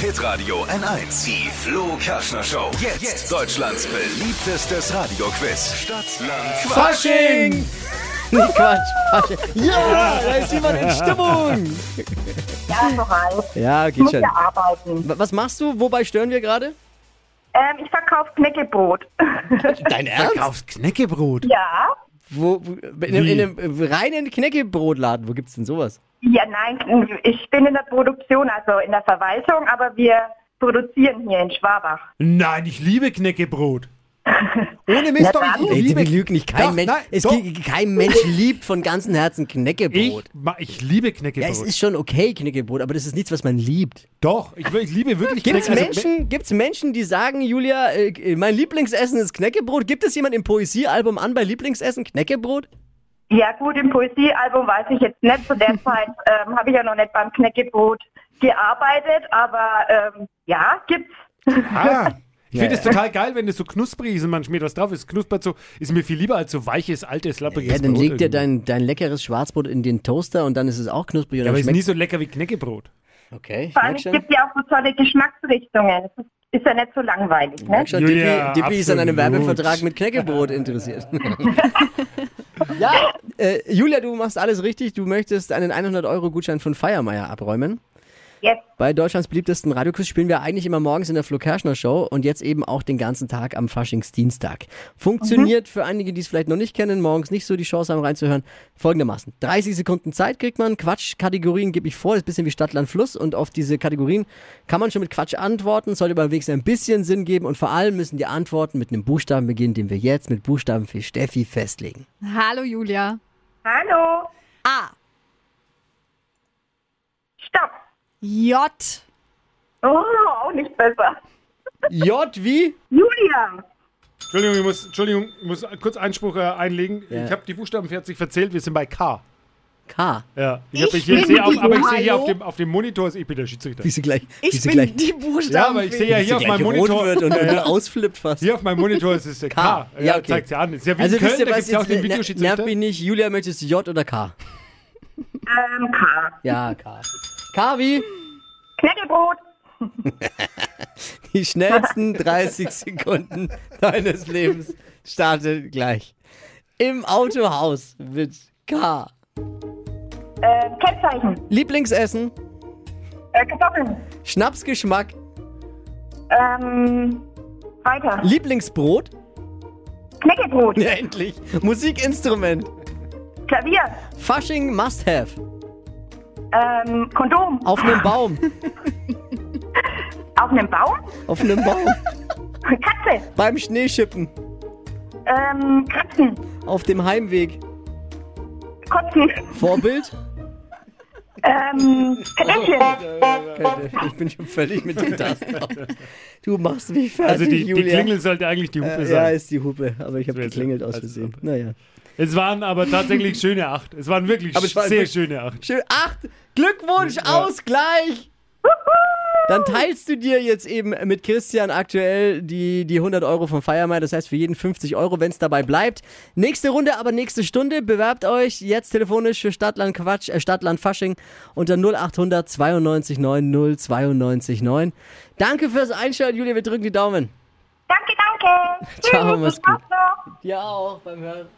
Hitradio N1. Die Flo Kaschner Show. Jetzt, Deutschlands beliebtestes Radioquiz. Stadt, Land, Quatsch. Fasching! Nicht Quatsch, Fasching. Ja, da ist jemand in Stimmung. Ja, soweit. Ja, Ich geht muss schon. ja arbeiten. Wa- Was machst du? Wobei stören wir gerade? Ähm, ich verkaufe Knäckebrot. Dein Ernst? Aufs Knäckebrot. ja? Wo, wo- in, einem, in einem reinen Knäckebrotladen, wo gibt's denn sowas? Ja, nein, ich bin in der Produktion, also in der Verwaltung, aber wir produzieren hier in Schwabach. Nein, ich liebe Knäckebrot. Ohne Na Mist, doch, dann. ich Ey, die liebe lügt nicht. Kein, Doch, Mensch, nein, es doch. gibt, kein Mensch liebt von ganzem Herzen ich, Knäckebrot. ma- ich liebe ja, es Knäckebrot. ist schon okay, Knäckebrot, aber das ist nichts, was man liebt. doch, ich, ich liebe wirklich Gibt's Knäckebrot. Menschen, gibt's Menschen, die sagen, Julia, äh, mein Lieblingsessen ist Knäckebrot? Gibt es jemand im Poesiealbum an bei Lieblingsessen Knäckebrot? Ja gut, im Poesiealbum weiß ich jetzt nicht. Zu der Zeit ähm, habe ich ja noch nicht beim Knäckebrot gearbeitet, aber ähm, ja, gibt's. Ah, ich finde es total geil, wenn das so knusprig ist und man schmiert was drauf. Es knuspert so, ist mir viel lieber als so weiches, altes, lappriges Ja, dann Brot legt ihr irgendwie. dein, dein leckeres Schwarzbrot in den Toaster und dann ist es auch knusprig und Ja, aber dann ist nie schmeckt so lecker wie Knäckebrot. Okay, ich Vor allem merk es schon. gibt ja auch so tolle Geschmacksrichtungen. Das ist, ist ja nicht so langweilig, Ich ne? merk schon, Julia, Dippi, Dippi ist an einem absolut. Werbevertrag mit Knäckebrot interessiert. ja, äh, Julia, du machst alles richtig. Du möchtest einen 100-Euro-Gutschein von Feiermeier abräumen. Jetzt, Bei Deutschlands beliebtesten Radioquiz spielen wir eigentlich immer morgens in der Flo Kerschner Show und jetzt eben auch den ganzen Tag am Faschingsdienstag. Mhm. Funktioniert für einige, die es vielleicht noch nicht kennen, morgens nicht so die Chance haben reinzuhören, folgendermaßen. 30 Sekunden Zeit kriegt man, Quatschkategorien gebe ich vor, das ist ein bisschen wie Stadt, Land, Fluss und auf diese Kategorien kann man schon mit Quatsch antworten, sollte aber wenigstens ein bisschen Sinn geben und vor allem müssen die Antworten mit einem Buchstaben beginnen, den wir jetzt mit Buchstaben für Steffi festlegen. Hallo Julia. hallo, A. stopp. J. Oh, auch nicht besser. J wie? Julia, Entschuldigung, ich muss, Entschuldigung, ich muss kurz Einspruch äh, einlegen. Ja. Ich habe die Buchstaben 40 verzählt, wir sind bei K. K. Ja, ich, Ich hab mich hier, bin sehe auf, die aber ich sehe hier Hallo. auf dem, auf dem Monitor, ist ich bin der Schiedsrichter. Wie sie gleich, wie Ich sie bin gleich, die Buchstaben. Ja, aber ich sehe ja wie sie hier auf gleich meinem rot Monitor. wird und, Ja, und ja. ausflippt fast. Hier auf meinem Monitor ist es der K. K. Ja, okay. Zeigt sie an. Ist ja wie Also in Köln, wisst ihr, da was gibt's ja auch jetzt den ner- nervt Videoschiedsrichter. mich nicht. Julia, möchtest du J oder K? ähm, K. Ja, K. K wie? Knäckebrot, Die schnellsten 30 Sekunden deines Lebens startet gleich. Im Autohaus mit K. ähm, Kennzeichen, Lieblingsessen, äh, Kartoffeln, Schnapsgeschmack, ähm, weiter. Lieblingsbrot, Knäckebrot, ja, endlich, Musikinstrument, Klavier, Fasching must have, ähm, Kondom, auf einem Baum, auf einem Baum, auf einem Baum, Katze, beim Schneeschippen, ähm, Katzen, auf dem Heimweg, Kotzen, Vorbild. ähm, Kardäschchen, Könnte. Ich bin schon völlig mit den Tasten auf. Du machst mich fertig, Also die, die Julia. Klingel halt. sollte eigentlich die Hupe äh, ja, sein. ist die Hupe, aber ich habe Wird, geklingelt ja. aus Also, Versehen. aber- Naja. Es waren aber tatsächlich schöne acht. Es waren wirklich Aber es war- sehr schöne acht. Schön. Acht! Glückwunsch! Ausgleich! Dann teilst du dir jetzt eben mit Christian aktuell die, die 100 Euro von Feiermeier. Das heißt für jeden 50 Euro, wenn es dabei bleibt. Nächste Runde, aber nächste Stunde. Bewerbt euch jetzt telefonisch für Stadtland Quatsch, äh Stadtland Fasching unter 0800 92 9 092 9. Danke fürs Einschalten, Julia. Wir drücken die Daumen. danke, danke. Ciao, Tschüss, mach's gut. passt noch. Ja, auch beim Hören.